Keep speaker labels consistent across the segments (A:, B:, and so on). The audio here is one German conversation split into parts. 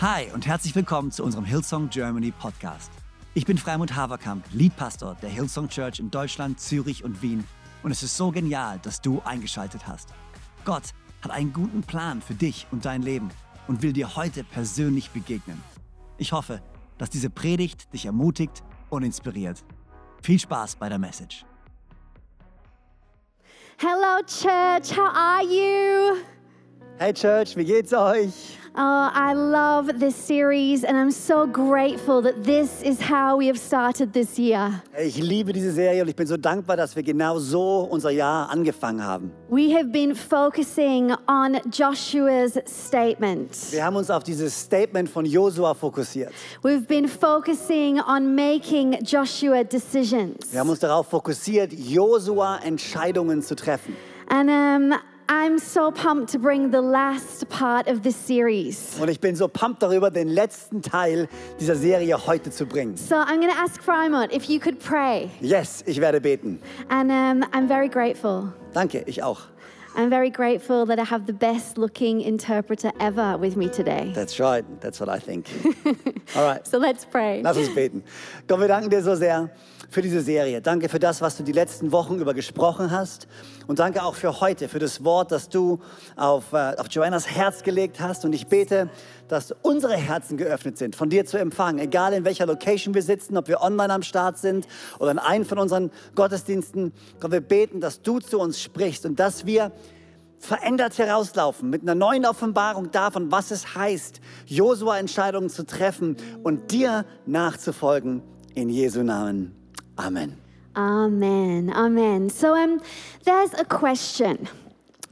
A: Hi und herzlich willkommen zu unserem Hillsong Germany Podcast. Ich bin Freimund Haverkamp, Leadpastor der Hillsong Church in Deutschland, Zürich und Wien. Und es ist so genial, dass du eingeschaltet hast. Gott hat einen guten Plan für dich und dein Leben und will dir heute persönlich begegnen. Ich hoffe, dass diese Predigt dich ermutigt und inspiriert. Viel Spaß bei der Message.
B: Hello, church. How are you?
C: Hey Church, wie geht's euch?
B: Oh, I love this series, and I'm so grateful that this is how we have started this year.
C: Ich liebe diese Serie und ich bin so dankbar, dass wir genau so unser Jahr angefangen haben.
B: We have been focusing on Joshua's statement.
C: Wir haben uns auf dieses Statement von Josua fokussiert.
B: We've been focusing on making Joshua decisions.
C: Wir haben uns darauf fokussiert, Josua Entscheidungen zu treffen.
B: And um, I'm so pumped to bring the last part of this series.
C: Und ich bin so pumped darüber, den letzten Teil dieser Serie heute zu bringen.
B: So I'm going to ask Frymont if you could pray.
C: Yes, ich werde beten.
B: And um, I'm very grateful.
C: Danke, ich auch.
B: I'm very grateful that I have the best looking interpreter ever with me today.
C: That's right, that's what I think. Alright.
B: So let's pray.
C: Lass uns beten. Gott, wir danken dir so sehr für diese Serie. Danke für das, was du die letzten Wochen über gesprochen hast. Und danke auch für heute, für das Wort, das du auf, äh, auf Joannas Herz gelegt hast. Und ich bete, dass unsere Herzen geöffnet sind, von dir zu empfangen. Egal in welcher Location wir sitzen, ob wir online am Start sind oder in einem von unseren Gottesdiensten. Gott, wir beten, dass du zu uns sprichst und dass wir verändert herauslaufen mit einer neuen Offenbarung davon, was es heißt, Josua Entscheidungen zu treffen und dir nachzufolgen in Jesu Namen. Amen.
B: Amen. Amen. So um there's a question.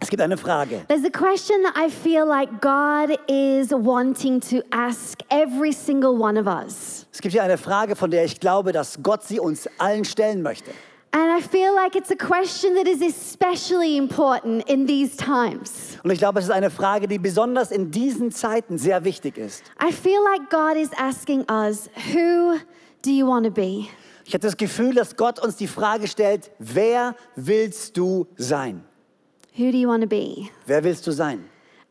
C: Es gibt eine Frage.
B: There's a question that I feel like God is wanting to ask every single one of us.
C: Es gibt hier eine Frage, von der ich glaube, dass Gott sie uns allen stellen möchte.
B: And I feel like it's a question that is especially important in these times.
C: Und ich glaube, es ist eine Frage, die besonders in diesen Zeiten sehr wichtig ist.
B: I feel like God is asking us, who do you want to be?
C: Ich habe das Gefühl, dass Gott uns die Frage stellt, wer willst du sein?
B: Who do you want to be?
C: Wer willst du sein?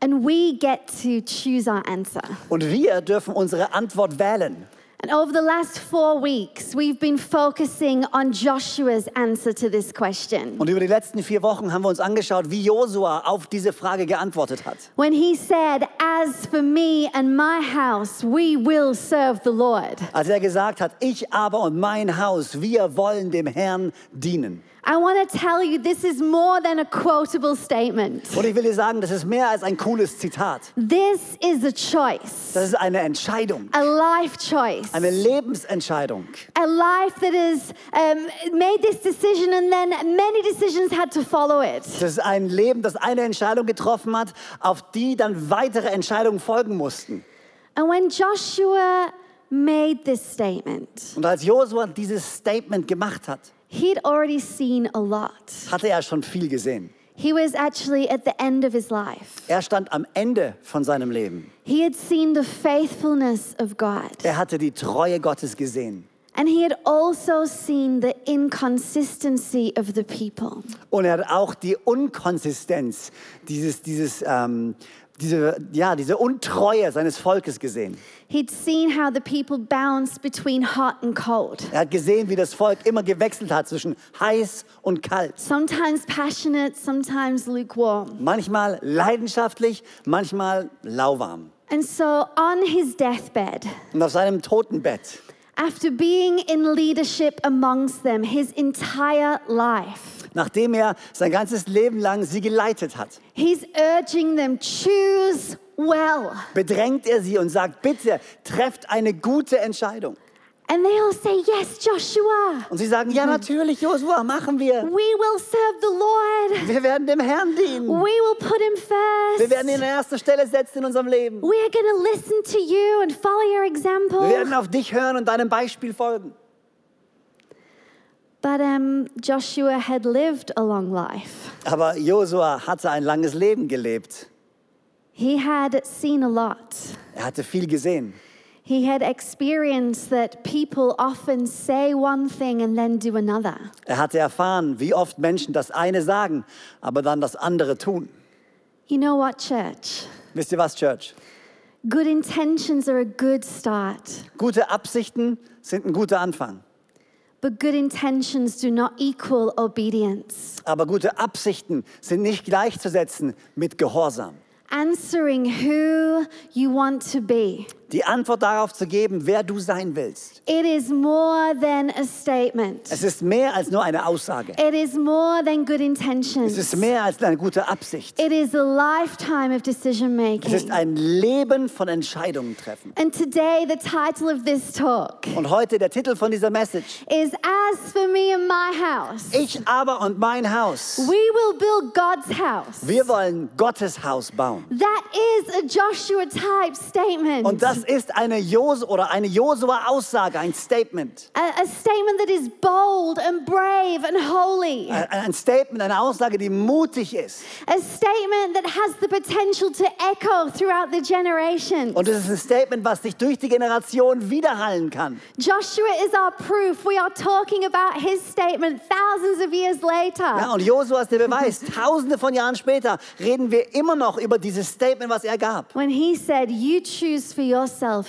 B: And we get to choose our answer.
C: Und wir dürfen unsere Antwort wählen.
B: And over the last four weeks, we've been focusing on Joshua's answer to this question.
C: Und über die letzten vier Wochen haben wir uns angeschaut, wie Josua auf diese Frage geantwortet hat.
B: When he said, As for me and my house, we will serve the Lord.
C: Als er gesagt hat, ich aber und mein Haus, wir wollen dem Herrn dienen.
B: I want to tell you, this is more than a quotable statement.
C: Und ich will dir sagen, das ist mehr als ein cooles Zitat.
B: This is a choice,
C: Das ist eine Entscheidung,
B: a life choice,
C: eine Lebensentscheidung.
B: a life that has um, made this decision and then many decisions had to follow it.
C: Das ist ein Leben, das eine Entscheidung getroffen hat, auf die dann weitere Entscheidungen folgen mussten.
B: And when Joshua made this statement,
C: Und als Josua dieses Statement gemacht hat,
B: he'd already seen a lot.
C: hatte er schon viel gesehen.
B: He was actually at the end of his life.
C: Er stand am Ende von seinem Leben.
B: He had seen the faithfulness of God,
C: Er hatte die Treue Gottes gesehen.
B: and he had also seen the inconsistency of the people.
C: Und er hat auch die Unkonsistenz, dieses, dieses, ähm, diese, ja, diese Untreue seines Volkes gesehen.
B: He'd seen how the people bounced between hot and cold,
C: Er hat gesehen, wie das Volk immer gewechselt hat zwischen heiß und kalt.
B: sometimes passionate, sometimes lukewarm.
C: Manchmal leidenschaftlich, manchmal lauwarm.
B: And so on his deathbed,
C: Und auf seinem Totenbett
B: After being in leadership amongst them his entire life,
C: nachdem er sein ganzes Leben lang sie geleitet hat,
B: he's urging them choose well.
C: bedrängt er sie und sagt, bitte trefft eine gute Entscheidung.
B: And they all say, Yes, Joshua,
C: Und sie sagen, ja natürlich, Josua, machen wir.
B: we will serve the Lord.
C: Wir werden dem Herrn dienen.
B: We will put him
C: Wir werden ihn
B: first.
C: an erste Stelle setzen in unserem Leben.
B: We are going to listen to you and follow your
C: Wir werden
B: example.
C: auf dich hören und deinem Beispiel folgen.
B: But um, Joshua had lived a long life,
C: Aber Josua hatte ein langes Leben gelebt.
B: he had seen a lot.
C: Er hatte viel gesehen.
B: He had experienced that people often say one thing and then do another.
C: Er hatte erfahren, wie oft Menschen das eine sagen, aber dann das andere tun.
B: You know what, church?
C: Wisst ihr was, Church?
B: Good intentions are a good start,
C: Gute Absichten sind ein guter Anfang.
B: but good intentions do not equal obedience.
C: Aber gute Absichten sind nicht gleichzusetzen mit Gehorsam.
B: Answering who you want to be.
C: Die Antwort darauf zu geben, wer du sein willst.
B: It is more than a statement.
C: Es ist mehr als nur eine Aussage.
B: It is more than good intentions.
C: Es ist mehr als eine gute Absicht.
B: It is a lifetime of decision
C: Es ist
B: making.
C: ein Leben von Entscheidungen treffen.
B: And today, the title of this talk
C: Und heute der Titel von dieser Message.
B: is As for Me and My House,
C: Ich aber und mein Haus.
B: we will build God's house.
C: Wir wollen Gottes Haus bauen.
B: That is a Joshua type statement.
C: Und das ist eine Jos oder eine Josua-Aussage, ein Statement.
B: a, a statement that is bold and brave and holy.
C: Ein- Ein Statement, eine Aussage, die mutig ist.
B: a statement that has the potential to echo throughout the generations.
C: Und es ist ein Statement, was sich durch die Generation widerhallen kann.
B: Joshua is our proof. We are talking about his statement thousands of years later.
C: Ja, und Josua ist der Beweis. Tausende von Jahren später reden wir immer noch über dieses Statement, was er gab.
B: When he said, You choose for yourself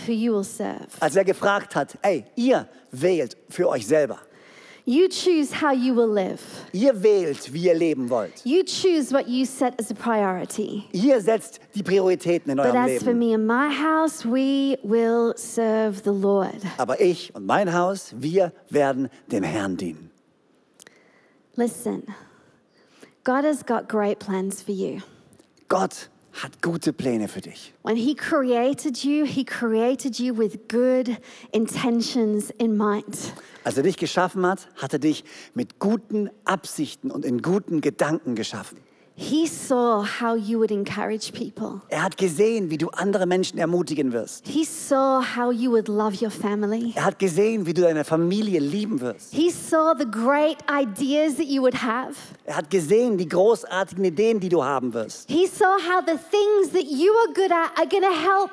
B: who you will serve,
C: Als er gefragt hat, ey, ihr wählt für euch selber.
B: you choose how you will live,
C: Ihr wählt, wie ihr leben wollt.
B: you choose what you set as a priority.
C: Ihr setzt die Prioritäten in
B: But
C: eurem
B: as for
C: Leben.
B: me and my house, we will serve the Lord.
C: Aber ich und mein Haus, wir werden dem Herrn dienen.
B: Listen, God has got great plans for you.
C: Gott hat gute Pläne für dich.
B: When he created you, he created you with good intentions in mind.
C: Als er dich geschaffen hat, hat er dich mit guten Absichten und in guten Gedanken geschaffen.
B: He saw how you would encourage people.
C: Er hat gesehen, wie du andere Menschen ermutigen wirst.
B: He saw how you would love your family.
C: Er hat gesehen, wie du deine Familie lieben wirst.
B: He saw the great ideas that you would have.
C: Er hat gesehen, die großartigen Ideen, die du haben wirst.
B: He saw how the things that you are good at are going to help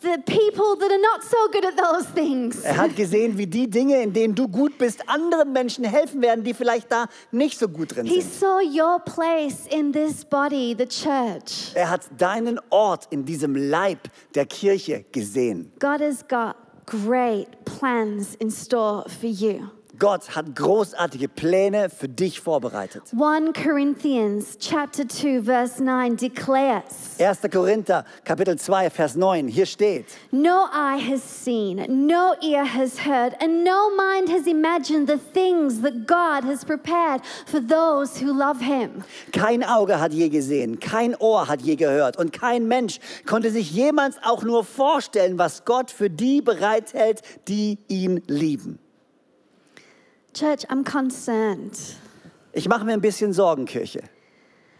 B: the people that are not so good at those things.
C: Er hat gesehen, wie die Dinge, in denen du gut bist, anderen Menschen helfen werden, die vielleicht da nicht so gut drin
B: He
C: sind.
B: saw your place in this body, the church.
C: Er hat deinen Ort in diesem Leib der Kirche gesehen.
B: God has got great plans in store for you.
C: Gott hat großartige Pläne für dich vorbereitet.
B: 1 Corinthians chapter 2 verse 9 declares,
C: 1. Korinther Kapitel 2 Vers 9 hier steht:
B: "No eye has seen, no ear has heard, and no mind has imagined the things that God has prepared for those who love him."
C: Kein Auge hat je gesehen, kein Ohr hat je gehört und kein Mensch konnte sich jemals auch nur vorstellen, was Gott für die bereithält, die ihn lieben.
B: Church, I'm concerned.
C: Ich mache mir ein bisschen Sorgen, Kirche.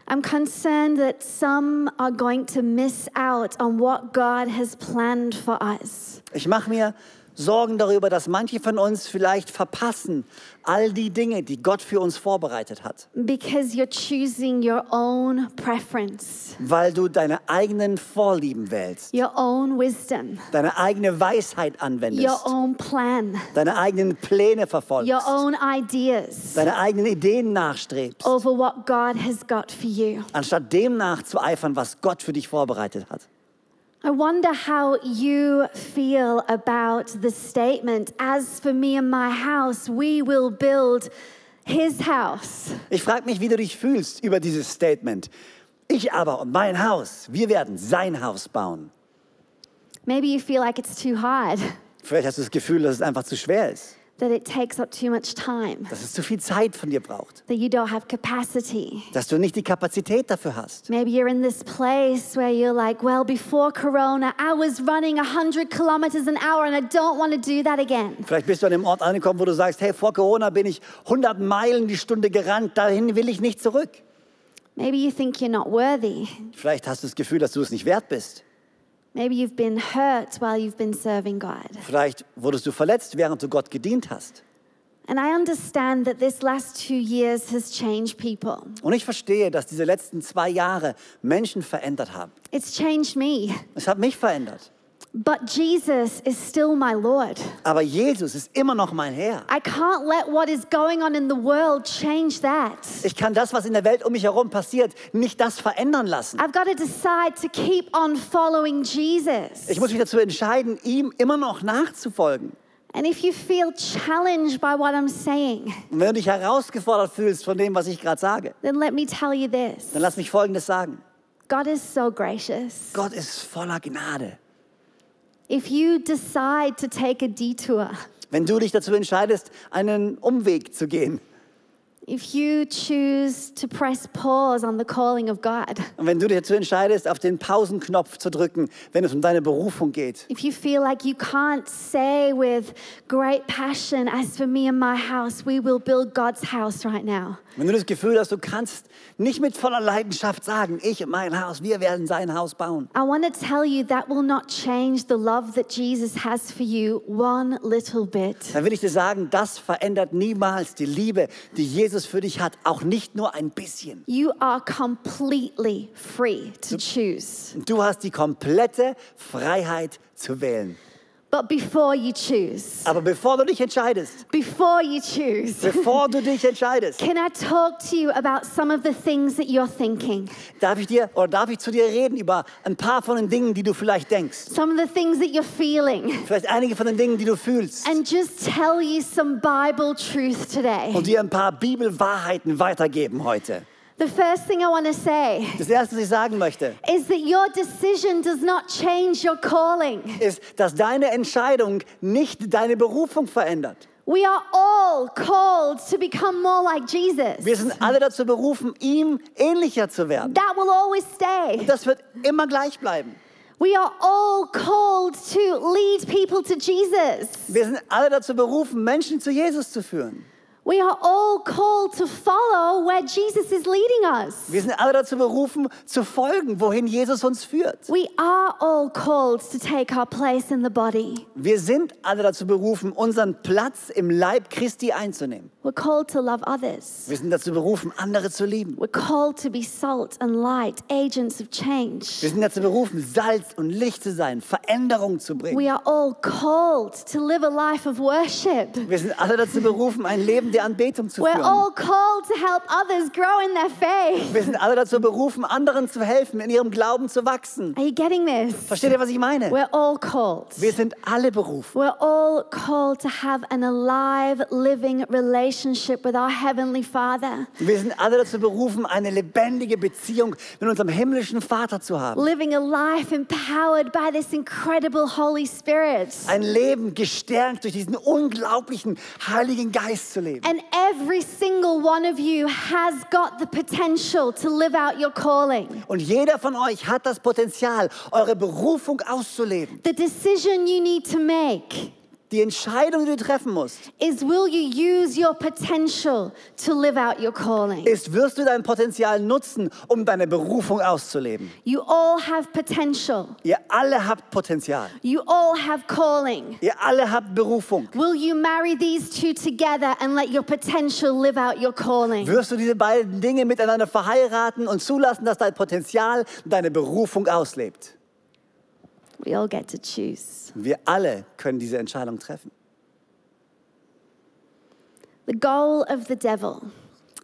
B: I'm concerned that some are going to miss out on what God has planned for us.
C: Ich mache mir Sorgen darüber, dass manche von uns vielleicht verpassen all die Dinge, die Gott für uns vorbereitet hat,
B: Because you're choosing your own preference,
C: weil du deine eigenen Vorlieben wählst,
B: your own wisdom,
C: deine eigene Weisheit
B: your
C: anwendest,
B: own plan,
C: deine eigenen Pläne
B: your
C: verfolgst,
B: own Oh. ideas
C: deine eigenen Ideen nachstrebst.
B: over what God has got for you.
C: anstatt dem nachzueifern, was Gott für dich vorbereitet hat.
B: I wonder how you feel about the statement As for me and my house, we will build his house.
C: Ich frage mich, wie du dich fühlst über dieses Statement. Ich aber und mein Haus, wir werden sein Haus bauen.
B: Maybe you feel like it's too hard,
C: Vielleicht hast du das Gefühl, dass es einfach zu schwer ist,
B: that it takes up too much time,
C: dass es zu viel Zeit von dir braucht,
B: that you don't have capacity.
C: dass du nicht die Kapazität dafür hast.
B: Maybe you're in this place where you're like, well, before Corona, I was running 100 kilometers an hour and I don't want to do that again.
C: Vielleicht bist du an dem Ort angekommen, wo du sagst, hey, vor Corona bin ich 100 Meilen die Stunde gerannt, dahin will ich nicht zurück.
B: Maybe you think you're not worthy.
C: Vielleicht hast du das Gefühl, dass du es nicht wert bist.
B: Maybe you've been hurt while you've been serving God.
C: Vielleicht wurdest du verletzt, während du Gott gedient hast.
B: And I understand that this last two years has changed people.
C: Und ich verstehe, dass diese letzten zwei Jahre Menschen verändert haben.
B: It's changed me.
C: Es hat mich verändert.
B: But Jesus is still my Lord.
C: Aber Jesus ist immer noch mein Herr.
B: I can't let what is going on in the world change that.
C: Ich kann das, was in der Welt um mich herum passiert, nicht das verändern lassen.
B: I've got to decide to keep on following Jesus.
C: Ich muss mich dazu entscheiden, ihm immer noch nachzufolgen.
B: And if you feel challenged by what I'm saying,
C: Und wenn du dich herausgefordert fühlst von dem, was ich gerade sage,
B: then let me tell you this
C: dann lass mich Folgendes sagen.
B: God is so gracious.
C: Gott ist voller Gnade.
B: If you decide to take a detour,
C: Wenn du dich dazu entscheidest, einen Umweg zu gehen
B: if you choose to press pause on the calling of God,
C: und wenn du dich dazu entscheidest, auf den Pausenknopf zu drücken, wenn es um deine Berufung geht
B: if you feel like you can't say with great passion, as for me and my house, we will build God's house right now,
C: Wenn du das Gefühl hast, du kannst nicht mit voller Leidenschaft sagen, ich und mein Haus, wir werden sein Haus bauen.
B: I want to tell you that will not change the love that Jesus has for you one little bit.
C: Dann will ich dir sagen, das verändert niemals die Liebe, die Jesus für dich hat, auch nicht nur ein bisschen.
B: You are completely free to choose.
C: Und du hast die komplette Freiheit zu wählen.
B: But before you choose,
C: Aber bevor du dich entscheidest,
B: before you choose,
C: bevor du dich entscheidest,
B: Can I talk to you about some of the things that you're thinking?
C: darf ich dir oder darf ich zu dir reden über ein paar von den Dingen, die du vielleicht denkst,
B: Some of the things that you're feeling?
C: vielleicht einige von den Dingen, die du fühlst
B: And just tell you some Bible truth today.
C: und dir ein paar Bibelwahrheiten weitergeben heute.
B: The first thing I want to say
C: Das erste, was ich sagen möchte,
B: is that your decision does not change your calling.
C: ist, dass deine Entscheidung nicht deine Berufung verändert.
B: We are all called to become more like
C: Wir
B: Jesus.
C: sind alle dazu berufen, ihm ähnlicher zu werden.
B: That will always stay.
C: Das wird immer gleich bleiben.
B: We are all called to lead people to Jesus.
C: Wir sind alle dazu berufen, Menschen zu Jesus zu führen.
B: We are all called to follow where Jesus is leading us.
C: Wir sind alle dazu berufen, zu folgen, wohin Jesus uns führt.
B: We are all called to take our place in the body.
C: Wir sind alle dazu berufen, unseren Platz im Leib Christi einzunehmen.
B: We're called to love others.
C: Wir sind dazu berufen, andere zu lieben.
B: We're called to be salt and light, agents of change.
C: Wir sind dazu berufen, Salz und Licht zu sein, Veränderung zu bringen.
B: We are all called to live a life of worship.
C: Wir sind alle dazu berufen, ein Leben der Anbetung zu
B: We're
C: führen.
B: all called to help others grow in their faith.
C: Wir sind alle dazu berufen, anderen zu helfen, in ihrem Glauben zu wachsen.
B: Are you getting this?
C: Versteht ihr, was ich meine?
B: We're all called.
C: Wir sind alle berufen.
B: We're all called to have an alive, living relationship with our Heavenly Father,
C: Wir sind alle dazu berufen, eine lebendige Beziehung mit unserem himmlischen Vater zu haben.
B: living a life empowered by this incredible Holy Spirit.
C: Ein Leben gestärkt durch diesen unglaublichen Heiligen Geist zu leben.
B: And every single one of you has got the potential to live out your calling.
C: Und jeder von euch hat das Potenzial, eure Berufung auszuleben.
B: The decision you need to make
C: Die Entscheidung, die du treffen musst,
B: is will you use your potential to live out your calling?
C: ist, wirst du dein Potenzial nutzen, um deine Berufung auszuleben.
B: You all have potential.
C: Ihr alle habt Potenzial.
B: You all have calling.
C: Ihr alle habt Berufung.
B: Will you marry these two together and let your potential live out your calling?
C: Wirst du diese beiden Dinge miteinander verheiraten und zulassen, dass dein Potenzial deine Berufung auslebt?
B: We all get to choose.
C: Wir alle können diese Entscheidung treffen.
B: The goal of the devil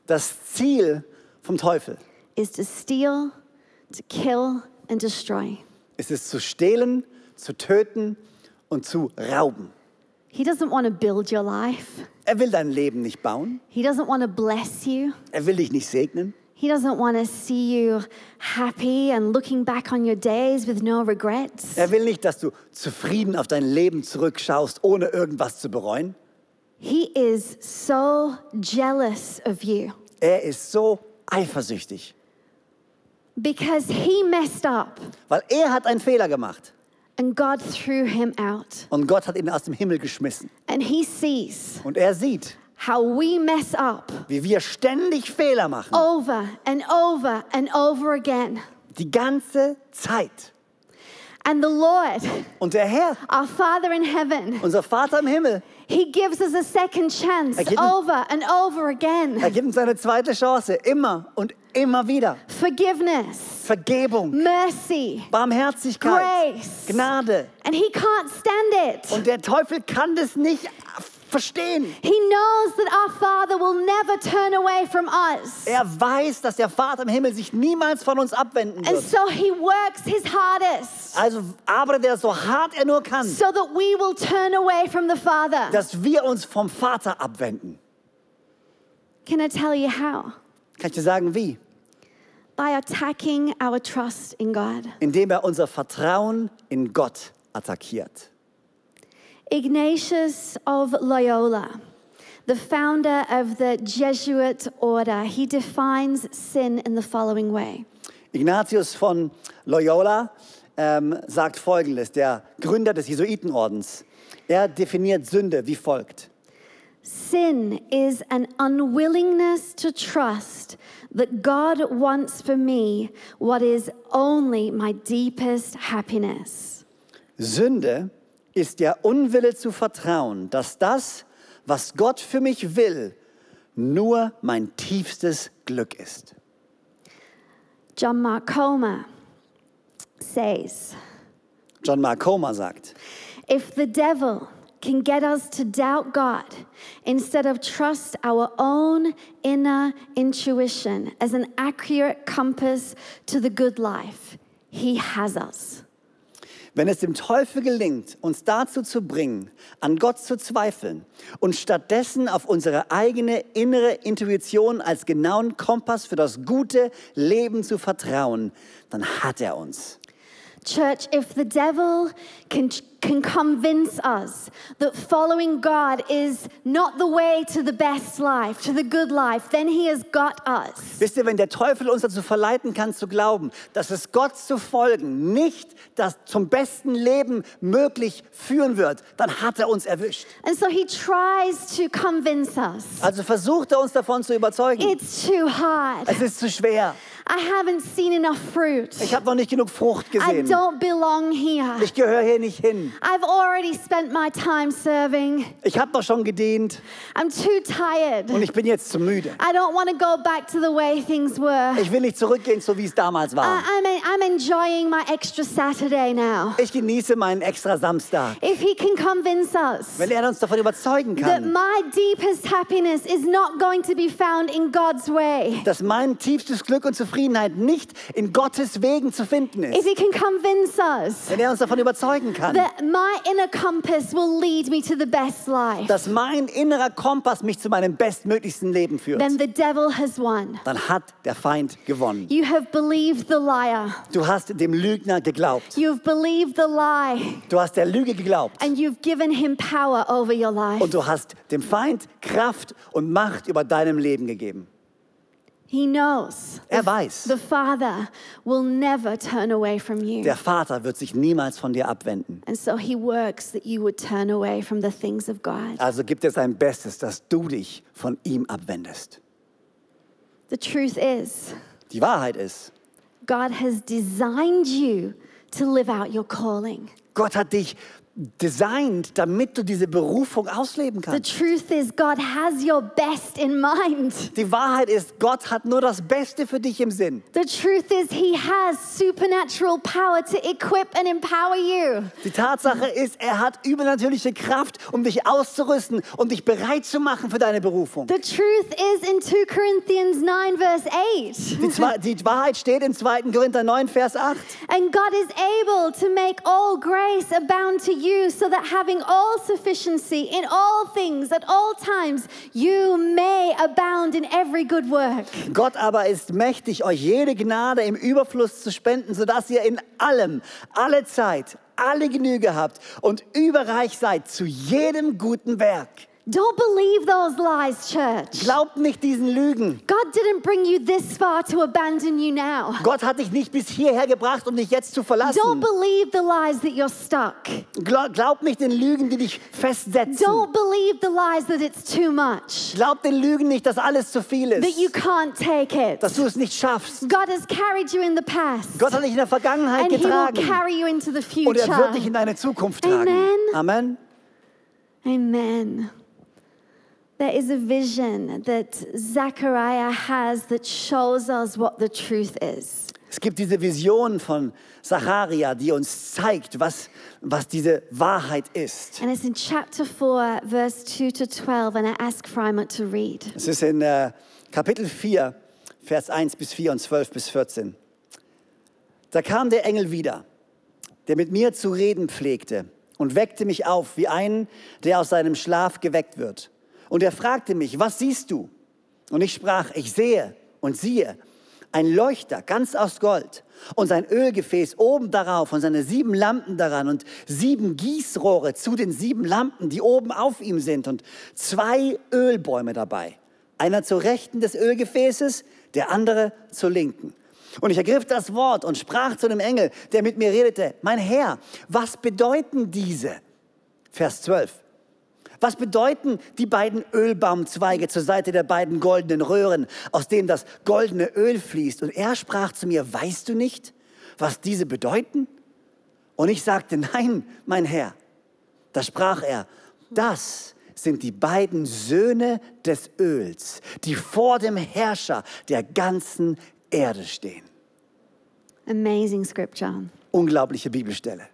C: Das Ziel vom Teufel
B: is to steal, to kill, and destroy.
C: ist es zu stehlen, zu töten und zu rauben.
B: He doesn't want to build your life.
C: Er will dein Leben nicht bauen.
B: He doesn't want to bless you.
C: Er will dich nicht segnen.
B: He doesn't want to see you happy and looking back on your days with no regrets.
C: Er will nicht, dass du zufrieden auf dein Leben zurückschaust, ohne irgendwas zu bereuen.
B: He is so jealous of you
C: Er ist so eifersüchtig,
B: because he messed up
C: weil er hat einen Fehler gemacht
B: and God threw him out.
C: und Gott hat ihn aus dem Himmel geschmissen.
B: And he sees
C: Und er sieht,
B: how we mess up
C: wie wir ständig Fehler machen.
B: Oh. over and over and over again.
C: Die ganze Zeit.
B: And the Lord,
C: Und der Herr,
B: our Father in heaven,
C: unser Vater im Himmel,
B: he gives us a second chance
C: I didn't-
B: over and over
C: er
B: again.
C: gibt uns eine zweite Chance, immer und immer wieder.
B: Forgiveness.
C: Vergebung,
B: mercy,
C: Barmherzigkeit,
B: Mm. grace.
C: Gnade.
B: And he can't stand it.
C: Und der Teufel kann das nicht verstehen.
B: He knows that our Father will never turn away from us.
C: Er weiß, dass der Vater im Himmel sich niemals von uns abwenden
B: And
C: wird.
B: so he works his hardest
C: Also arbeitet er so hart er nur kann,
B: so that we will turn away from the Father.
C: dass wir uns vom Vater abwenden.
B: Can I tell you how?
C: Kann ich dir sagen, wie?
B: By attacking our trust in God.
C: Indem er unser Vertrauen in Gott attackiert.
B: Ignatius of Loyola, the founder of the Jesuit order, he defines sin in the following way
C: Ignatius von Loyola ähm, sagt Folgendes, der Gründer des Jesuitenordens. Er definiert Sünde wie folgt.
B: Sin is an unwillingness to trust that God wants for me what is only my deepest happiness.
C: Sünde ist der Unwille zu vertrauen, dass das, was Gott für mich will, nur mein tiefstes Glück ist.
B: John Mark Comer says,
C: John Mark Comer sagt,
B: If the devil can get us to doubt God instead of trust our own inner intuition as an accurate compass to the good life, he has us.
C: Wenn es dem Teufel gelingt, uns dazu zu bringen, an Gott zu zweifeln und stattdessen auf unsere eigene innere Intuition als genauen Kompass für das gute Leben zu vertrauen, dann hat er uns.
B: Church, if the devil can, can convince us that following God is not the way to the best life, to the good life, then he has got us.
C: Wisst ihr, wenn der Teufel uns dazu verleiten kann zu glauben, dass es Gott zu folgen nicht das zum besten Leben möglich führen wird, dann hat er uns erwischt.
B: And so he tries to convince us.
C: Also versucht er uns davon zu überzeugen.
B: It's too hard.
C: Es ist zu schwer.
B: I haven't seen enough fruit.
C: Ich habe noch nicht genug Frucht
B: I
C: gesehen.
B: don't belong here.
C: Ich gehöre hier nicht hin.
B: I've already spent my time serving.
C: Ich habe doch schon gedient
B: I'm too tired.
C: und ich bin jetzt zu müde.
B: I don't want to go back to the way things were.
C: Ich will nicht zurückgehen, so wie es damals
B: I,
C: war.
B: I'm, en- I'm enjoying my extra Saturday now.
C: Ich genieße meinen extra Samstag.
B: If he can convince us
C: Wenn er uns davon überzeugen
B: that
C: kann,
B: my deepest happiness is not going to be found in God's way,
C: dass mein tiefstes Glück und Zufriedenheit nicht in Gottes Wegen zu finden
B: if
C: ist,
B: he can convince us
C: wenn er uns davon überzeugen kann,
B: that my inner compass will lead me to the best life,
C: dass mein innerer Kompass mich zu meinem bestmöglichsten Leben führt,
B: then the devil has won.
C: dann hat der Feind gewonnen.
B: You have believed the liar.
C: Du hast dem Lügner geglaubt.
B: You've believed the lie
C: Du hast der Lüge geglaubt.
B: and you've given him power over your life.
C: Und du hast dem Feind Kraft und Macht über deinem Leben gegeben.
B: He knows
C: Er weiß.
B: the Father will never turn away from you.
C: Der Vater wird sich niemals von dir abwenden.
B: And so he works that you would turn away from the things of God.
C: Also gibt er sein Bestes, dass du dich von ihm abwendest.
B: The truth is,
C: Die Wahrheit ist,
B: God has designed you to live out your calling.
C: Gott hat dich designt, damit du diese Berufung ausleben
B: The
C: kannst.
B: truth is, God has your best in mind.
C: Die Wahrheit ist, Gott hat nur das Beste für dich im Sinn.
B: The truth is, He has supernatural power to equip and empower you.
C: Die Tatsache ist, er hat übernatürliche Kraft, um dich auszurüsten, um dich bereit zu machen für deine Berufung.
B: The truth is in 2 Corinthians 9, verse 8.
C: Die, Zwe- die Wahrheit steht in 2. Korinther 9, Vers 8.
B: And God is able to make all grace abound to you, so that having all sufficiency in all things at all times, you may abound in every good work.
C: Gott aber ist mächtig, euch jede Gnade im Überfluss zu spenden, sodass ihr in allem, alle Zeit, alle Genüge habt und überreich seid zu jedem guten Werk.
B: Don't believe those lies, church.
C: Glaubt nicht diesen Lügen.
B: God didn't bring you this far to abandon you now.
C: Gott hat dich nicht bis hierher gebracht, um dich jetzt zu
B: Don't
C: verlassen.
B: believe the lies that you're stuck.
C: Gla glaubt nicht den Lügen, die dich festsetzen.
B: Don't believe the lies that it's too much,
C: Glaubt den Lügen nicht, dass alles zu viel
B: that you
C: ist,
B: can't take it.
C: dass du es nicht schaffst.
B: God has carried you in the past.
C: Gott hat dich in der Vergangenheit
B: and he will
C: getragen
B: carry you into the
C: und er wird dich
B: future.
C: in deine Zukunft
B: Amen.
C: tragen. Amen.
B: Amen. There is a vision that Zechariah has that shows us what the truth is.
C: Es gibt diese Vision von Zacharia, die uns zeigt, was, was diese Wahrheit ist.
B: And it's in chapter 4, verse 2 to 12, and I ask Freiman to read.
C: Es ist in äh, Kapitel 4, Vers 1 bis 4 und 12 bis 14. Da kam der Engel wieder, der mit mir zu reden pflegte und weckte mich auf wie einen, der aus seinem Schlaf geweckt wird. Und er fragte mich, was siehst du? Und ich sprach, ich sehe und siehe, ein Leuchter ganz aus Gold und sein Ölgefäß oben darauf und seine sieben Lampen daran und sieben Gießrohre zu den sieben Lampen, die oben auf ihm sind und zwei Ölbäume dabei. Einer zur Rechten des Ölgefäßes, der andere zur Linken. Und ich ergriff das Wort und sprach zu dem Engel, der mit mir redete, mein Herr, was bedeuten diese? Vers 12. Was bedeuten die beiden Ölbaumzweige zur Seite der beiden goldenen Röhren, aus denen das goldene Öl fließt? Und er sprach zu mir, weißt du nicht, was diese bedeuten? Und ich sagte, nein, mein Herr. Da sprach er, das sind die beiden Söhne des Öls, die vor dem Herrscher der ganzen Erde stehen.
B: Amazing scripture.
C: Unglaubliche Bibelstelle.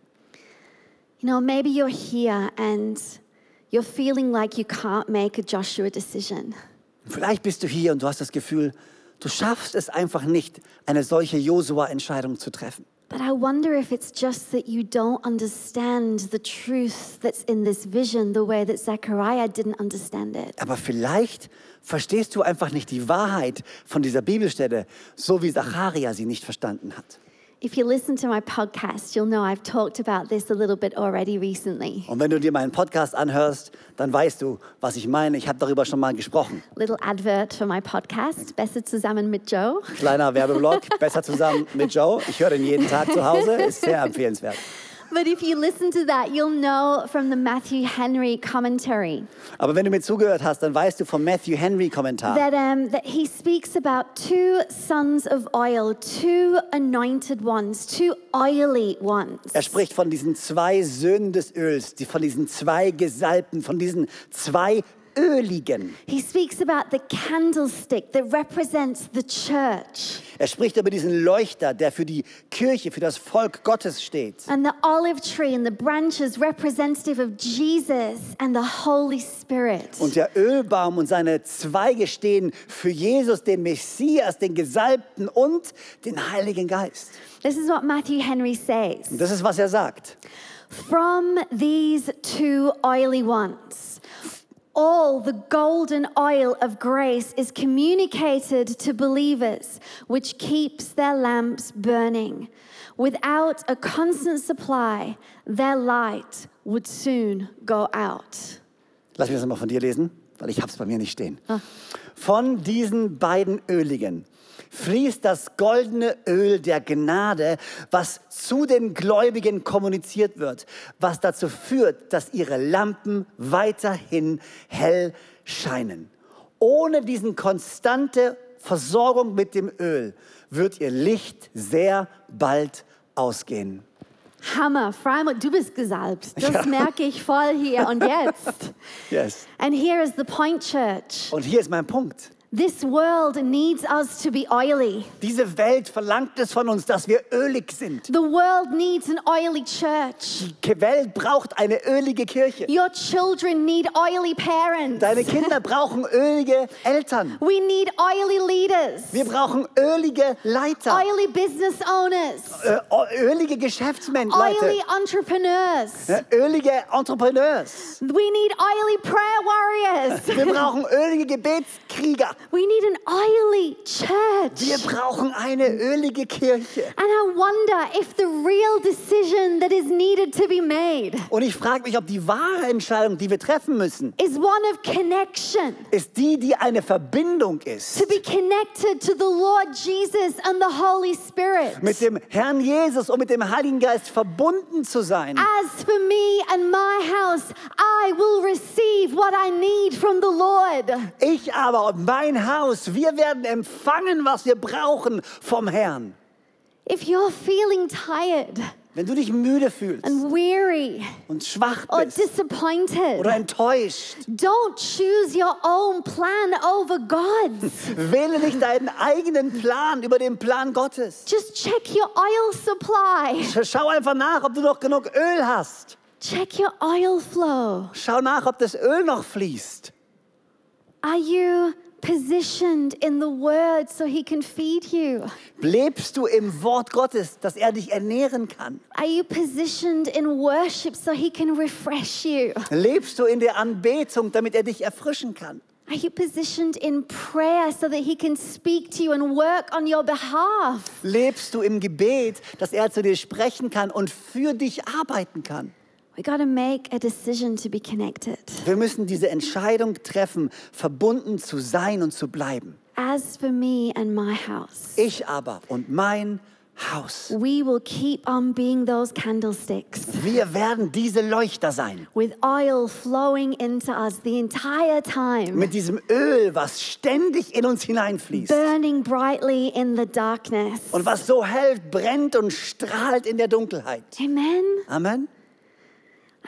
B: You know, maybe you're here and you're feeling like you can't make a Joshua decision.
C: Vielleicht bist du hier und du hast das Gefühl, du schaffst es einfach nicht, eine solche Josua-Entscheidung zu treffen.
B: But I wonder if it's just that you don't understand the truth that's in this vision the way that Zechariah didn't understand it.
C: Aber vielleicht verstehst du einfach nicht die Wahrheit von dieser Bibelstelle, so wie Zacharia sie nicht verstanden hat.
B: If you listen to my podcast, you'll know I've talked about this a little bit already recently.
C: Und wenn du dir meinen Podcast anhörst, dann weißt du, was ich meine. Ich habe darüber schon mal gesprochen.
B: Little advert for my podcast, Besser zusammen mit Joe.
C: Kleiner Werbeblock, besser zusammen mit Joe. Ich höre den jeden Tag zu Hause, ist sehr empfehlenswert.
B: But if you listen to that, you'll know from the Matthew Henry commentary
C: Aber wenn du mir zugehört hast, dann weißt du vom Matthew Henry Kommentar,
B: that, um, that he speaks about two sons of oil, two anointed ones, two oily ones.
C: er spricht von diesen zwei Söhnen des Öls, die von diesen zwei Gesalbten, von diesen zwei Öligen.
B: He speaks about the candlestick that represents the church
C: Er spricht über diesen Leuchter, der für die Kirche, für das Volk Gottes steht.
B: and the olive tree and the branches representative of Jesus and the Holy Spirit.
C: Und der Ölbaum und seine Zweige stehen für Jesus, den Messias, den Gesalbten und den Heiligen Geist.
B: This is what Matthew Henry says.
C: Und das ist, was er sagt.
B: From these two oily ones, all the golden oil of grace is communicated to believers, which keeps their lamps burning. Without a constant supply, their light would soon go out.
C: Lass mich das mal von dir lesen, weil ich hab's bei mir nicht stehen. Von diesen beiden Öligen fließt das goldene Öl der Gnade, was zu den Gläubigen kommuniziert wird, was dazu führt, dass ihre Lampen weiterhin hell scheinen. Ohne diesen konstante Versorgung mit dem Öl wird ihr Licht sehr bald ausgehen.
B: Hammer, Freimut, du bist gesalbt. Das merke ich voll hier und jetzt.
C: Yes.
B: And here is the point, church.
C: Und hier ist mein Punkt.
B: This world needs us to be oily.
C: Diese Welt verlangt es von uns, dass wir ölig sind.
B: The world needs an oily church.
C: Die Welt braucht eine ölige Kirche.
B: Your children need oily parents.
C: Deine Kinder brauchen ölige Eltern.
B: We need oily leaders,
C: Wir brauchen ölige Leiter,
B: oily business owners,
C: äh, ölige Geschäftsleute,
B: oily entrepreneurs.
C: äh, ölige Entrepreneurs.
B: We need oily prayer warriors.
C: Wir brauchen ölige Gebetskrieger.
B: We need an oily
C: Wir
B: church.
C: brauchen eine ölige Kirche.
B: And I wonder if the real decision that is needed to be made
C: Und ich frage mich, ob die wahre Entscheidung, die wir treffen müssen,
B: is one of connection.
C: ist die, die eine Verbindung ist
B: To be connected to the Lord Jesus and the Holy Spirit.
C: mit dem Herrn Jesus und mit dem Heiligen Geist verbunden zu sein.
B: As for me and my house, I will receive what I need from the Lord.
C: Ich aber und mein Haus, wir werden empfangen, was wir brauchen vom Herrn.
B: If you're feeling tired,
C: Wenn du dich müde fühlst
B: and weary
C: und schwach
B: or
C: bist
B: disappointed,
C: oder enttäuscht,
B: don't choose your own plan over God's.
C: wähle nicht deinen eigenen Plan über den Plan Gottes.
B: Just check your oil supply,
C: Schau einfach nach, ob du noch genug Öl hast.
B: check your oil flow.
C: Schau nach, ob das Öl noch fließt.
B: Are you positioned in the Word so He can feed you?
C: Lebst du im Wort Gottes, dass er dich ernähren kann?
B: Are you positioned in worship so He can refresh you?
C: Lebst du in der Anbetung, damit er dich erfrischen kann?
B: Are you positioned in prayer so that He can speak to you and work on your behalf?
C: Lebst du im Gebet, dass er zu dir sprechen kann und für dich arbeiten kann?
B: We got to make a decision to be connected.
C: Wir müssen diese Entscheidung treffen, verbunden zu sein und zu bleiben.
B: As for me and my house,
C: Ich aber und mein Haus.
B: we will keep on being those candlesticks
C: Wir werden diese Leuchter sein.
B: with oil flowing into us the entire time,
C: Mit diesem Öl, was ständig in uns hineinfließt.
B: burning brightly in the darkness.
C: Und was so hell brennt und strahlt in der Dunkelheit.
B: Amen.
C: Amen.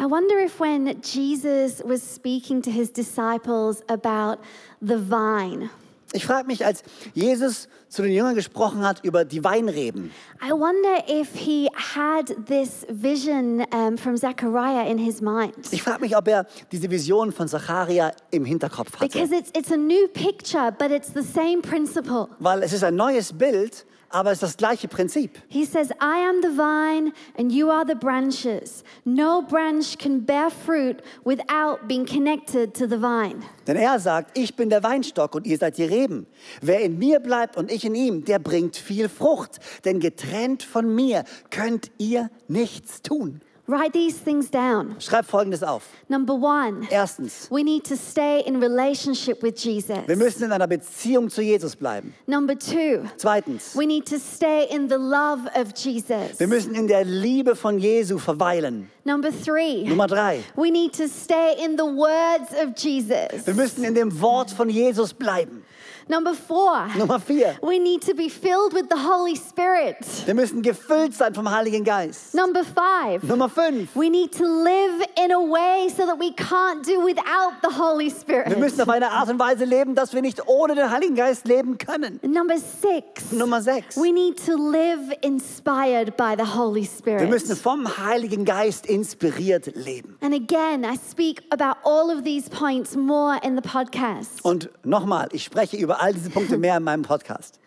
B: I wonder if when Jesus was speaking to his disciples about the vine,
C: Ich frage mich, als Jesus zu den Jüngern gesprochen hat über die Weinreben,
B: I wonder if he had this vision um, from Zechariah in his mind.
C: ich frage mich, ob er diese Vision von Zacharia im Hinterkopf hatte.
B: Because it's, it's a new picture, but it's the same principle.
C: Weil es ist ein neues Bild, aber es ist das gleiche Prinzip.
B: He says, I am the vine and you are the branches. No branch can bear fruit without being connected to the vine.
C: Denn er sagt, ich bin der Weinstock und ihr seid die Reben. Wer in mir bleibt und ich in ihm, der bringt viel Frucht. Denn getrennt von mir könnt ihr nichts tun.
B: Write these things down.
C: Schreib Folgendes auf.
B: Number one,
C: Erstens,
B: we need to stay in relationship with
C: wir
B: Jesus.
C: müssen in einer Beziehung zu Jesus bleiben.
B: Number two,
C: Zweitens,
B: we need to stay in the love of Jesus.
C: wir müssen in der Liebe von Jesu verweilen.
B: Number three,
C: Nummer drei,
B: We need to stay in the words of Jesus.
C: wir müssen in dem Wort von Jesus bleiben.
B: Number four,
C: Nummer vier,
B: we need to be filled with the Holy Spirit.
C: wir müssen gefüllt sein vom Heiligen Geist.
B: Number five,
C: Nummer fünf,
B: we need to live in a way so that we can't do without the Holy
C: wir müssen
B: Spirit.
C: auf eine Art und Weise leben, dass wir nicht ohne den Heiligen Geist leben können.
B: Number six,
C: Nummer sechs,
B: we need to live inspired by the Holy
C: Wir müssen
B: Spirit.
C: vom Heiligen Geist inspiriert leben.
B: And again, I speak about all of these points more in the podcast.
C: Und nochmal, ich spreche über all diese Punkte mehr in meinem Podcast.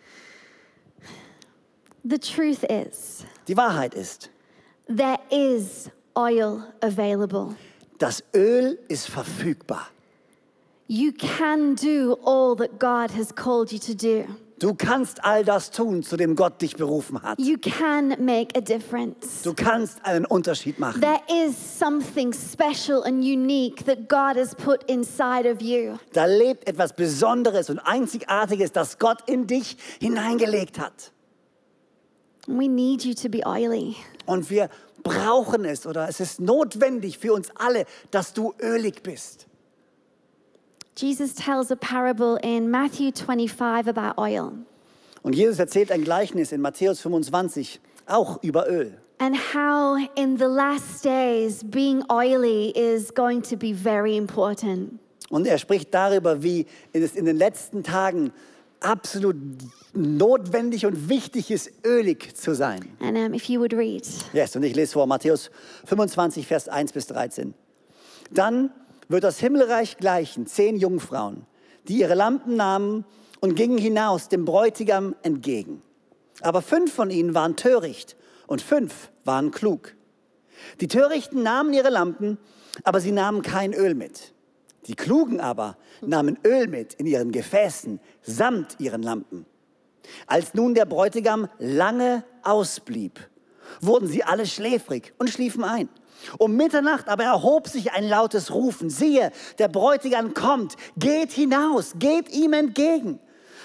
B: The truth is,
C: Die Wahrheit ist,
B: there is oil available.
C: das Öl ist verfügbar.
B: You can do all that God has called you to do.
C: Du kannst all das tun, zu dem Gott dich berufen hat.
B: You can make a difference.
C: Du kannst einen Unterschied machen.
B: There is something special and unique that God has put inside of you.
C: Da lebt etwas Besonderes und Einzigartiges, das Gott in dich hineingelegt hat.
B: We need you to be oily.
C: Und wir brauchen es oder es ist notwendig für uns alle, dass du ölig bist.
B: Jesus tells a parable in Matthew 25 about oil
C: Und Jesus erzählt ein Gleichnis in Matthäus 25, auch über Öl.
B: and how in the last days being oily is going to be very important.
C: Und er spricht darüber, wie es in den letzten Tagen absolut notwendig und wichtig ist, ölig zu sein.
B: And um, if you would read,
C: Yes, und ich lese vor Matthäus 25, Vers 1 bis 13. Dann wird das Himmelreich gleichen zehn Jungfrauen, die ihre Lampen nahmen und gingen hinaus dem Bräutigam entgegen. Aber fünf von ihnen waren töricht und fünf waren klug. Die Törichten nahmen ihre Lampen, aber sie nahmen kein Öl mit. Die Klugen aber nahmen Öl mit in ihren Gefäßen samt ihren Lampen. Als nun der Bräutigam lange ausblieb, wurden sie alle schläfrig und schliefen ein. Um Mitternacht aber erhob sich ein lautes Rufen. Siehe, der Bräutigam kommt, geht hinaus, geht ihm entgegen.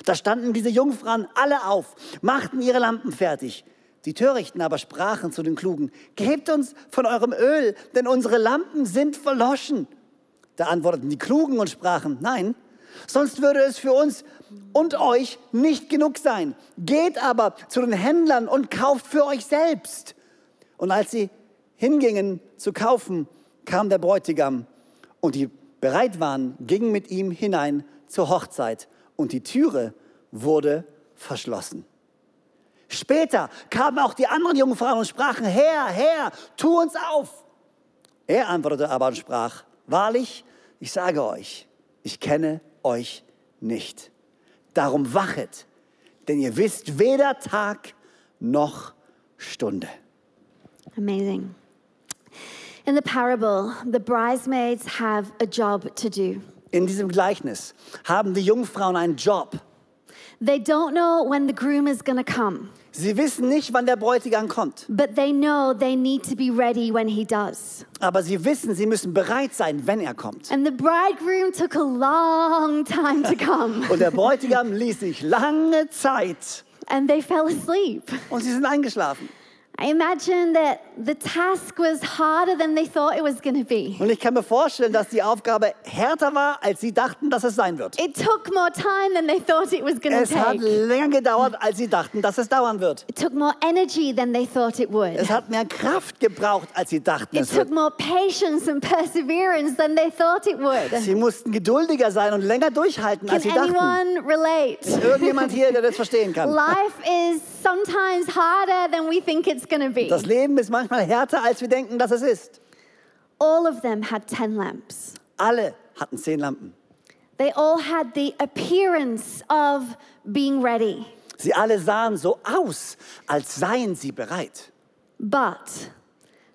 C: Da standen diese Jungfrauen alle auf, machten ihre Lampen fertig. Die Törichten aber sprachen zu den Klugen, Gebt uns von eurem Öl, denn unsere Lampen sind verloschen. Da antworteten die Klugen und sprachen, nein, sonst würde es für uns und euch nicht genug sein. Geht aber zu den Händlern und kauft für euch selbst. Und als sie hingingen zu kaufen, kam der Bräutigam und die bereit waren, gingen mit ihm hinein zur Hochzeit und die Türe wurde verschlossen. Später kamen auch die anderen jungen Frauen und sprachen, Herr, Herr, tu uns auf. Er antwortete aber und sprach, wahrlich, ich sage euch, ich kenne euch nicht. Darum wachet, denn ihr wisst weder Tag noch Stunde.
B: Amazing. In the parable, the bridesmaids have a job to do.
C: In diesem Gleichnis haben die Jungfrauen einen Job.
B: They don't know when the groom is going to come,
C: Sie wissen nicht, wann der Bräutigam kommt,
B: but they know they need to be ready when he does.
C: aber sie wissen, sie müssen bereit sein, wenn er kommt.
B: And the bridegroom took a long time to come,
C: Und der Bräutigam ließ sich lange Zeit
B: and they fell asleep.
C: und sie sind eingeschlafen.
B: I imagine that the task was harder than they thought it was going to be.
C: Und ich kann mir vorstellen, dass die Aufgabe härter war, als sie dachten, dass es sein wird.
B: It took more time than they thought it was going to
C: Es hat
B: take.
C: länger gedauert, als sie dachten, dass es dauern wird.
B: It took more energy than they thought it would.
C: Es hat mehr Kraft gebraucht, als sie dachten,
B: It
C: es wird.
B: took more patience and perseverance than they thought it would.
C: Sie mussten geduldiger sein und länger durchhalten, als
B: Can
C: sie dachten.
B: anyone relate?
C: Irgendjemand hier, der das verstehen kann.
B: Life is sometimes harder than we think it's going to be.
C: Das Leben ist manchmal härter, als wir denken, dass es ist.
B: All of them had 10 lamps.
C: Alle hatten zehn Lampen.
B: They all had the appearance of being ready,
C: Sie alle sahen so aus, als seien sie bereit.
B: but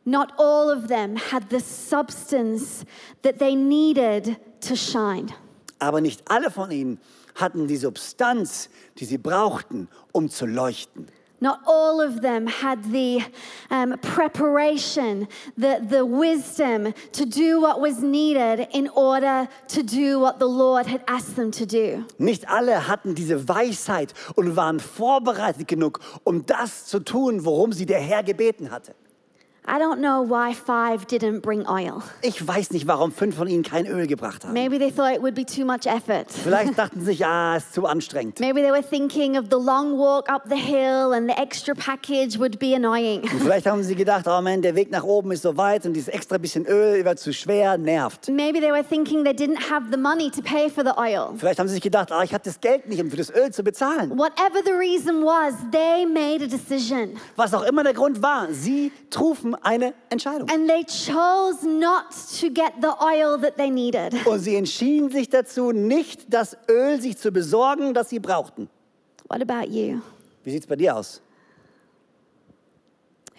B: not all of them had the substance that they needed to shine.
C: Aber nicht alle von ihnen hatten die Substanz, die sie brauchten, um zu leuchten.
B: Not all of them had the um, preparation, the, the wisdom to do what was needed in order to do what the Lord had asked them to do.
C: Nicht alle hatten diese Weisheit und waren vorbereitet genug, um das zu tun, worum sie der Herr gebeten hatte.
B: I don't know why five didn't bring oil.
C: Ich weiß nicht, warum fünf von ihnen kein Öl gebracht haben.
B: Maybe they thought it would be too much effort.
C: Vielleicht dachten sie sich, ah, ist zu anstrengend.
B: Maybe they were thinking of the long walk up the hill and the extra package would be annoying.
C: Und vielleicht haben sie gedacht, oh man, der Weg nach oben ist so weit und dieses extra bisschen Öl wird zu schwer, nervt.
B: Maybe they were thinking they didn't have the money to pay for the oil.
C: Vielleicht haben sie sich gedacht, ah, ich habe das Geld nicht, um für das Öl zu bezahlen.
B: Whatever the reason was, they made a decision
C: Was auch immer der Grund war, sie trufen eine Entscheidung.
B: and they chose not to get the oil that they needed.
C: Und sie entschieden sich dazu, nicht das Öl sich zu besorgen, das sie brauchten.
B: What about you?
C: Wie sieht's bei dir aus?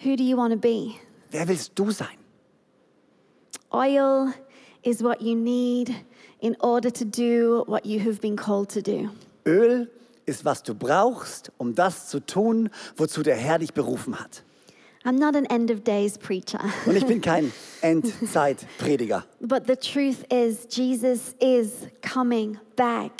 B: Who do you want to be?
C: Wer willst du sein?
B: Oil is what you need in order to do what you have been called to do.
C: Öl ist, was du brauchst, um das zu tun, wozu der Herr dich berufen hat.
B: I'm not an end of days preacher,
C: Und ich bin kein Endzeitprediger.
B: but the truth is, Jesus is coming back.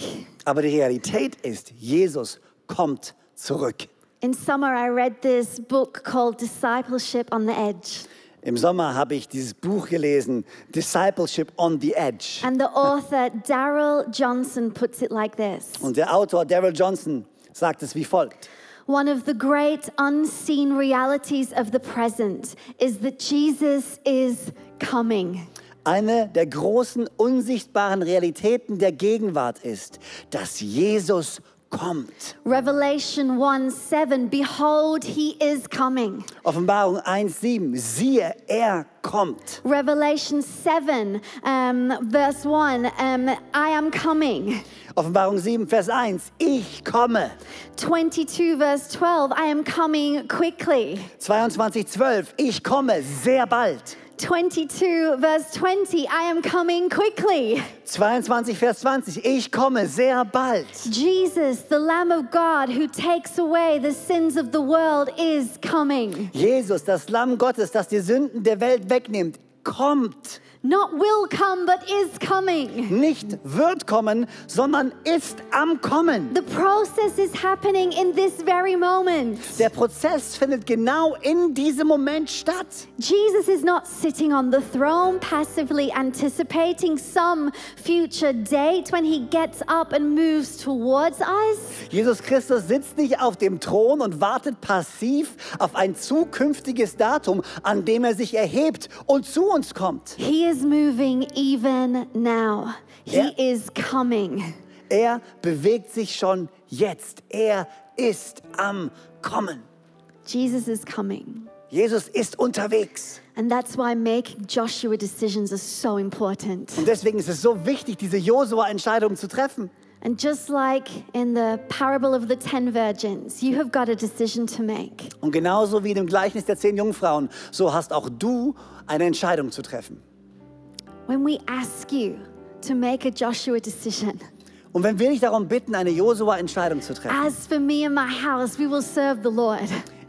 C: Aber die Realität ist, Jesus kommt zurück.
B: In summer, I read this book called Discipleship on the Edge,
C: Im Sommer habe ich dieses Buch gelesen, Discipleship on the Edge.
B: and the author, Daryl Johnson, puts it like this
C: Und der Autor Daryl Johnson sagt es wie folgt.
B: One of the great unseen realities of the present is that Jesus is coming.
C: Eine der großen unsichtbaren Realitäten der Gegenwart ist, dass Jesus kommt.
B: Revelation 1 7, behold, he is coming.
C: Offenbarung 1.7, siehe, er kommt.
B: Revelation 7, um, verse 1, um, I am coming.
C: Offenbarung 7, Vers 1, ich komme.
B: 22, verse 12, I am coming quickly.
C: 22, 12, ich komme sehr bald.
B: 22, verse 20, I am coming quickly.
C: 22, Vers 20, ich komme sehr bald.
B: Jesus, the Lamb of God who takes away the sins of the world, is coming.
C: Jesus, das Lamm Gottes, das die Sünden der Welt wegnimmt, kommt.
B: Not will come, but is coming.
C: Nicht wird kommen, sondern ist am Kommen.
B: The process is happening in this very moment.
C: Der Prozess findet genau in diesem Moment statt.
B: Jesus is not sitting on the throne passively anticipating some future date when he gets up and moves towards us.
C: Jesus Christus sitzt nicht auf dem Thron und wartet passiv auf ein zukünftiges Datum, an dem er sich erhebt und zu uns kommt.
B: He is moving even now. He
C: Yeah.
B: is coming.
C: Er bewegt sich schon jetzt. Er ist am Kommen.
B: Jesus is coming.
C: Jesus ist unterwegs.
B: And that's why making Joshua decisions is so important.
C: Und deswegen ist es so wichtig, diese Josua-Entscheidung zu treffen.
B: And just like in the parable of the 10 virgins, you have got a decision to make.
C: Und genauso wie in dem Gleichnis der zehn Jungfrauen, so hast auch du eine Entscheidung zu treffen.
B: When we ask you to make a Joshua decision,
C: Und wenn wir dich darum bitten, eine Josua-Entscheidung zu treffen,
B: as for me and my house, we will serve the Lord.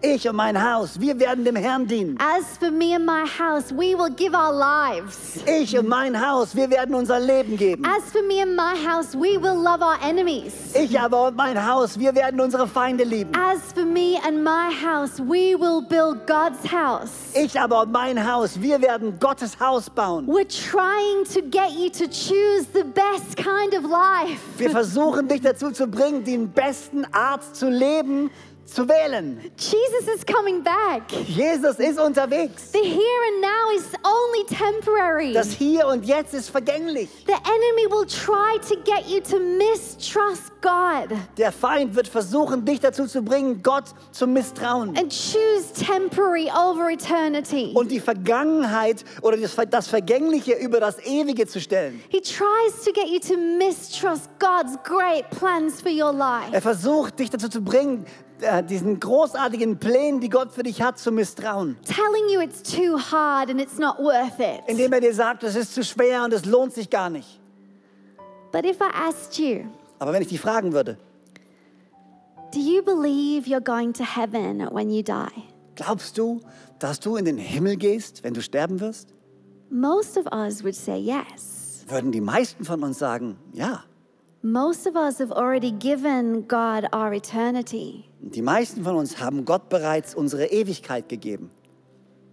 C: ich und mein Haus, wir werden dem Herrn dienen.
B: As for me and my house, we will give our lives.
C: Ich und mein Haus, wir werden unser Leben geben.
B: As for me and my house, we will love our enemies.
C: Ich aber und mein Haus, wir werden unsere Feinde lieben.
B: As for me and my house, we will build God's house.
C: Ich aber und mein Haus, wir werden Gottes Haus bauen.
B: We're trying to get you to choose the best kind of life.
C: Wir versuchen dich dazu zu bringen, den besten Art zu leben, zu wählen.
B: Jesus is coming back.
C: Jesus ist unterwegs.
B: The here and now is only temporary.
C: Das Hier und Jetzt ist vergänglich.
B: the enemy will try to get you to mistrust God
C: Der Feind wird versuchen, dich dazu zu bringen, Gott zu misstrauen.
B: and choose temporary over eternity.
C: Und die Vergangenheit oder das Ver- das Vergängliche über das Ewige zu stellen.
B: he tries to get you to mistrust God's great plans for your life.
C: Er versucht, dich dazu zu bringen, äh, diesen großartigen Plänen, die Gott für dich hat, zu misstrauen.
B: Telling you it's too hard and it's not worth it.
C: Indem er dir sagt, es ist zu schwer und es lohnt sich gar nicht.
B: But if I asked you,
C: Aber wenn ich dich fragen würde,
B: do you believe you're going to heaven when you die?
C: Glaubst du, dass du in den Himmel gehst, wenn du sterben wirst?
B: Most of us would say yes.
C: Würden die meisten von uns sagen, ja.
B: Most of us have already given God our eternity.
C: Die meisten von uns haben Gott bereits unsere Ewigkeit gegeben.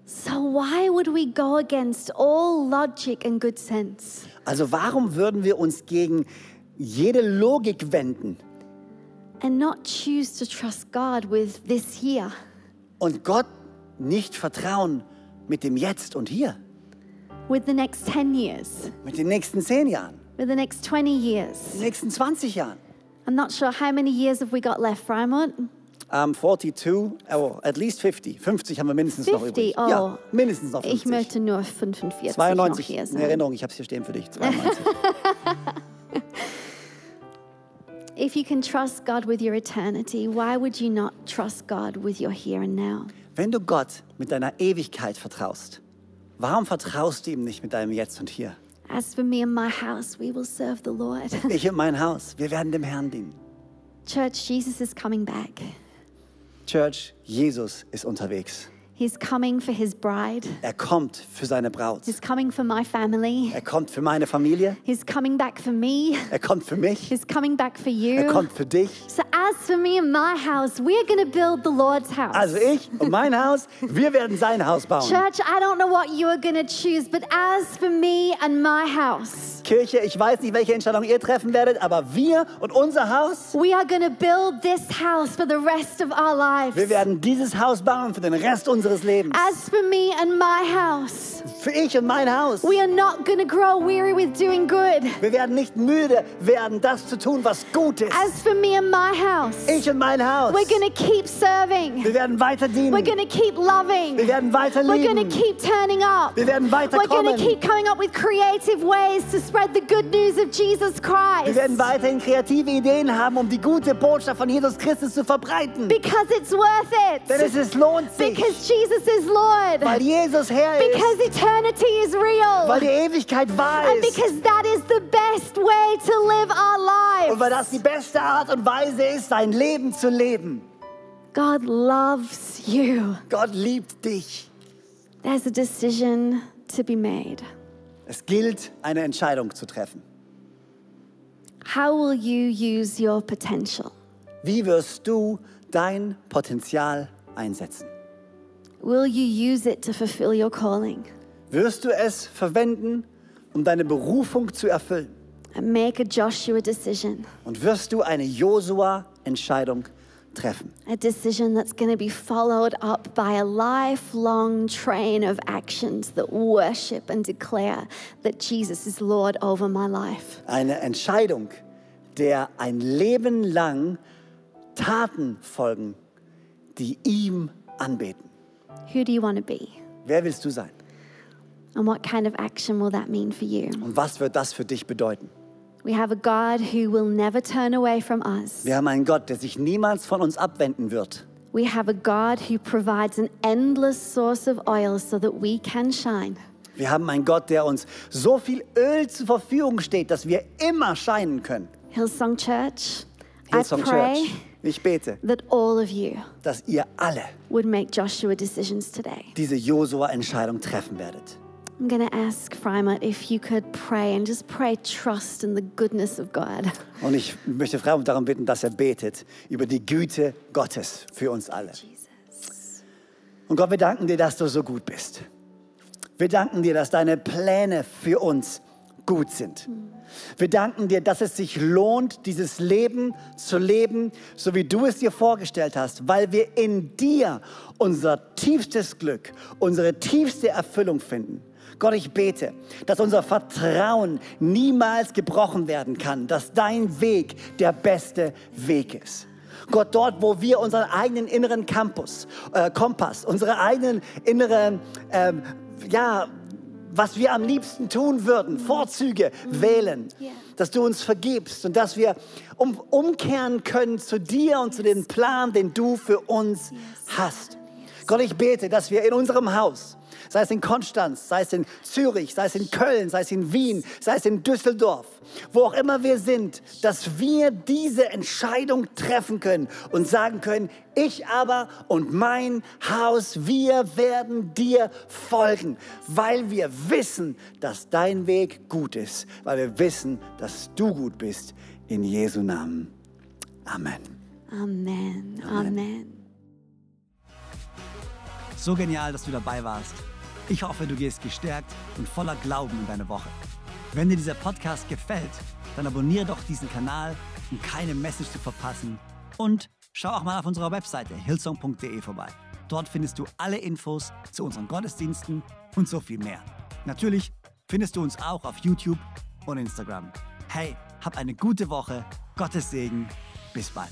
B: So why would we go against all logic and good sense?
C: Also warum würden wir uns gegen jede Logik wenden
B: and not choose to trust God with this year.
C: und Gott nicht vertrauen mit dem Jetzt und Hier,
B: With the next 10 years,
C: mit den nächsten zehn Jahren,
B: with the next 20 years.
C: den nächsten 20 Jahren?
B: I'm not sure how many years have we got left, Fremont?
C: Um, 42, oh, at least 50. 50 haben wir mindestens noch
B: 50,
C: übrig.
B: oh.
C: Ja, mindestens noch
B: Ich
C: 50.
B: möchte nur 45 noch
C: 92,
B: hier
C: in
B: sein.
C: Erinnerung, ich habe es hier stehen für dich. 92.
B: If you can trust God with your eternity, why would you not trust God with your here and now?
C: Wenn du Gott mit deiner Ewigkeit vertraust, warum vertraust du ihm nicht mit deinem Jetzt und Hier?
B: As for me and my house, we will serve the Lord.
C: Ich und mein Haus, wir werden dem Herrn dienen.
B: Church, Jesus is coming back.
C: Church, Jesus ist unterwegs.
B: He's coming for his bride.
C: Er kommt für seine Braut.
B: He's coming for my family.
C: Er kommt für meine Familie.
B: He's coming back for me.
C: Er kommt für mich.
B: He's coming back for you.
C: Er kommt für dich.
B: So as for me and my house, we're going to build the Lord's house.
C: Also ich und mein Haus, wir werden sein Haus bauen.
B: Church, I don't know what you are going to choose, but as for me and my house,
C: Kirche, ich weiß nicht, welche Entscheidung ihr treffen werdet, aber wir und unser Haus,
B: we are going to build this house for the rest of our lives.
C: wir werden dieses Haus bauen für den Rest unseres Lebens.
B: As for me and my house,
C: Für ich und mein Haus.
B: we are not going to grow weary with doing good.
C: Wir werden nicht müde werden, das zu tun, was gut ist.
B: As for me and my house,
C: Ich und mein Haus.
B: we're going to keep serving.
C: Wir werden weiter dienen.
B: We're going to keep loving.
C: Wir werden weiter
B: We're going
C: lieben.
B: to keep turning up.
C: Wir werden
B: We're going
C: weiterkommen.
B: to keep coming up with creative ways to spread the good news of Jesus
C: Wir
B: Christ.
C: werden weiterhin kreative Ideen haben, um die gute Botschaft von Jesus Christus zu verbreiten.
B: Because it's worth
C: Denn es
B: it.
C: ist, lohnt sich,
B: Because Jesus is Lord.
C: weil Jesus Herr
B: Because
C: ist,
B: eternity is
C: weil die
B: real.
C: Ewigkeit wahr
B: And
C: ist
B: because that is the best way to live our
C: und weil das
B: lives.
C: die beste Art und Weise ist, sein Leben zu leben.
B: God loves you.
C: Gott liebt dich.
B: There's a decision to be made.
C: Es gilt, eine Entscheidung zu treffen.
B: How will you use your potential?
C: Wie wirst du dein Potenzial einsetzen?
B: Will you use it to fulfill your calling
C: Wirst du es verwenden, um deine Berufung zu erfüllen?
B: and make a Joshua decision?
C: Und wirst du eine Josua-Entscheidung treffen?
B: A decision that's going to be followed up by a lifelong train of actions that worship and declare that Jesus is Lord over my life.
C: Eine Entscheidung, der ein Leben lang Taten folgen, die ihm anbeten.
B: Who do you want to be?
C: Wer willst du sein?
B: And what kind of action will that mean for you?
C: Und was wird das für dich bedeuten?
B: We have a God who will never turn away from us.
C: Wir haben einen Gott, der sich niemals von uns abwenden wird.
B: We have a God who provides an endless source of oil so that we can shine.
C: Wir haben einen Gott, der uns so viel Öl zur Verfügung steht, dass wir immer scheinen können.
B: Hillsong Church, I
C: Hillsong
B: pray
C: Church. Ich bete,
B: that all of you
C: dass ihr alle
B: would make Joshua decisions today.
C: diese Josua-Entscheidung treffen werdet.
B: I'm going to ask Primer if you could pray and just pray trust in the goodness of God.
C: Und ich möchte Freimund darum bitten, dass er betet über die Güte Gottes für uns alle. Und Gott, wir danken dir, dass du so gut bist. Wir danken dir, dass deine Pläne für uns gut sind. Wir danken dir, dass es sich lohnt, dieses Leben zu leben, so wie du es dir vorgestellt hast, weil wir in dir unser tiefstes Glück, unsere tiefste Erfüllung finden. Gott, ich bete, dass unser Vertrauen niemals gebrochen werden kann, dass dein Weg der beste Weg ist. Gott, dort, wo wir unseren eigenen inneren Campus, äh, Kompass, unsere eigenen inneren, ähm, ja, was wir am liebsten tun würden, Vorzüge wählen,
B: Ja.
C: dass du uns vergibst und dass wir um, umkehren können zu dir und zu dem Plan, den du für uns hast. Gott, ich bete, dass wir in unserem Haus, sei es in Konstanz, sei es in Zürich, sei es in Köln, sei es in Wien, sei es in Düsseldorf, wo auch immer wir sind, dass wir diese Entscheidung treffen können und sagen können, ich aber und mein Haus, wir werden dir folgen, weil wir wissen, dass dein Weg gut ist, weil wir wissen, dass du gut bist. In Jesu Namen. Amen.
B: Amen. Amen.
A: So genial, dass du dabei warst. Ich hoffe, du gehst gestärkt und voller Glauben in deine Woche. Wenn dir dieser Podcast gefällt, dann abonniere doch diesen Kanal, um keine Message zu verpassen. Und schau auch mal auf unserer Webseite hillsong.de vorbei. Dort findest du alle Infos zu unseren Gottesdiensten und so viel mehr. Natürlich findest du uns auch auf YouTube und Instagram. Hey, hab eine gute Woche, Gottes Segen, bis bald.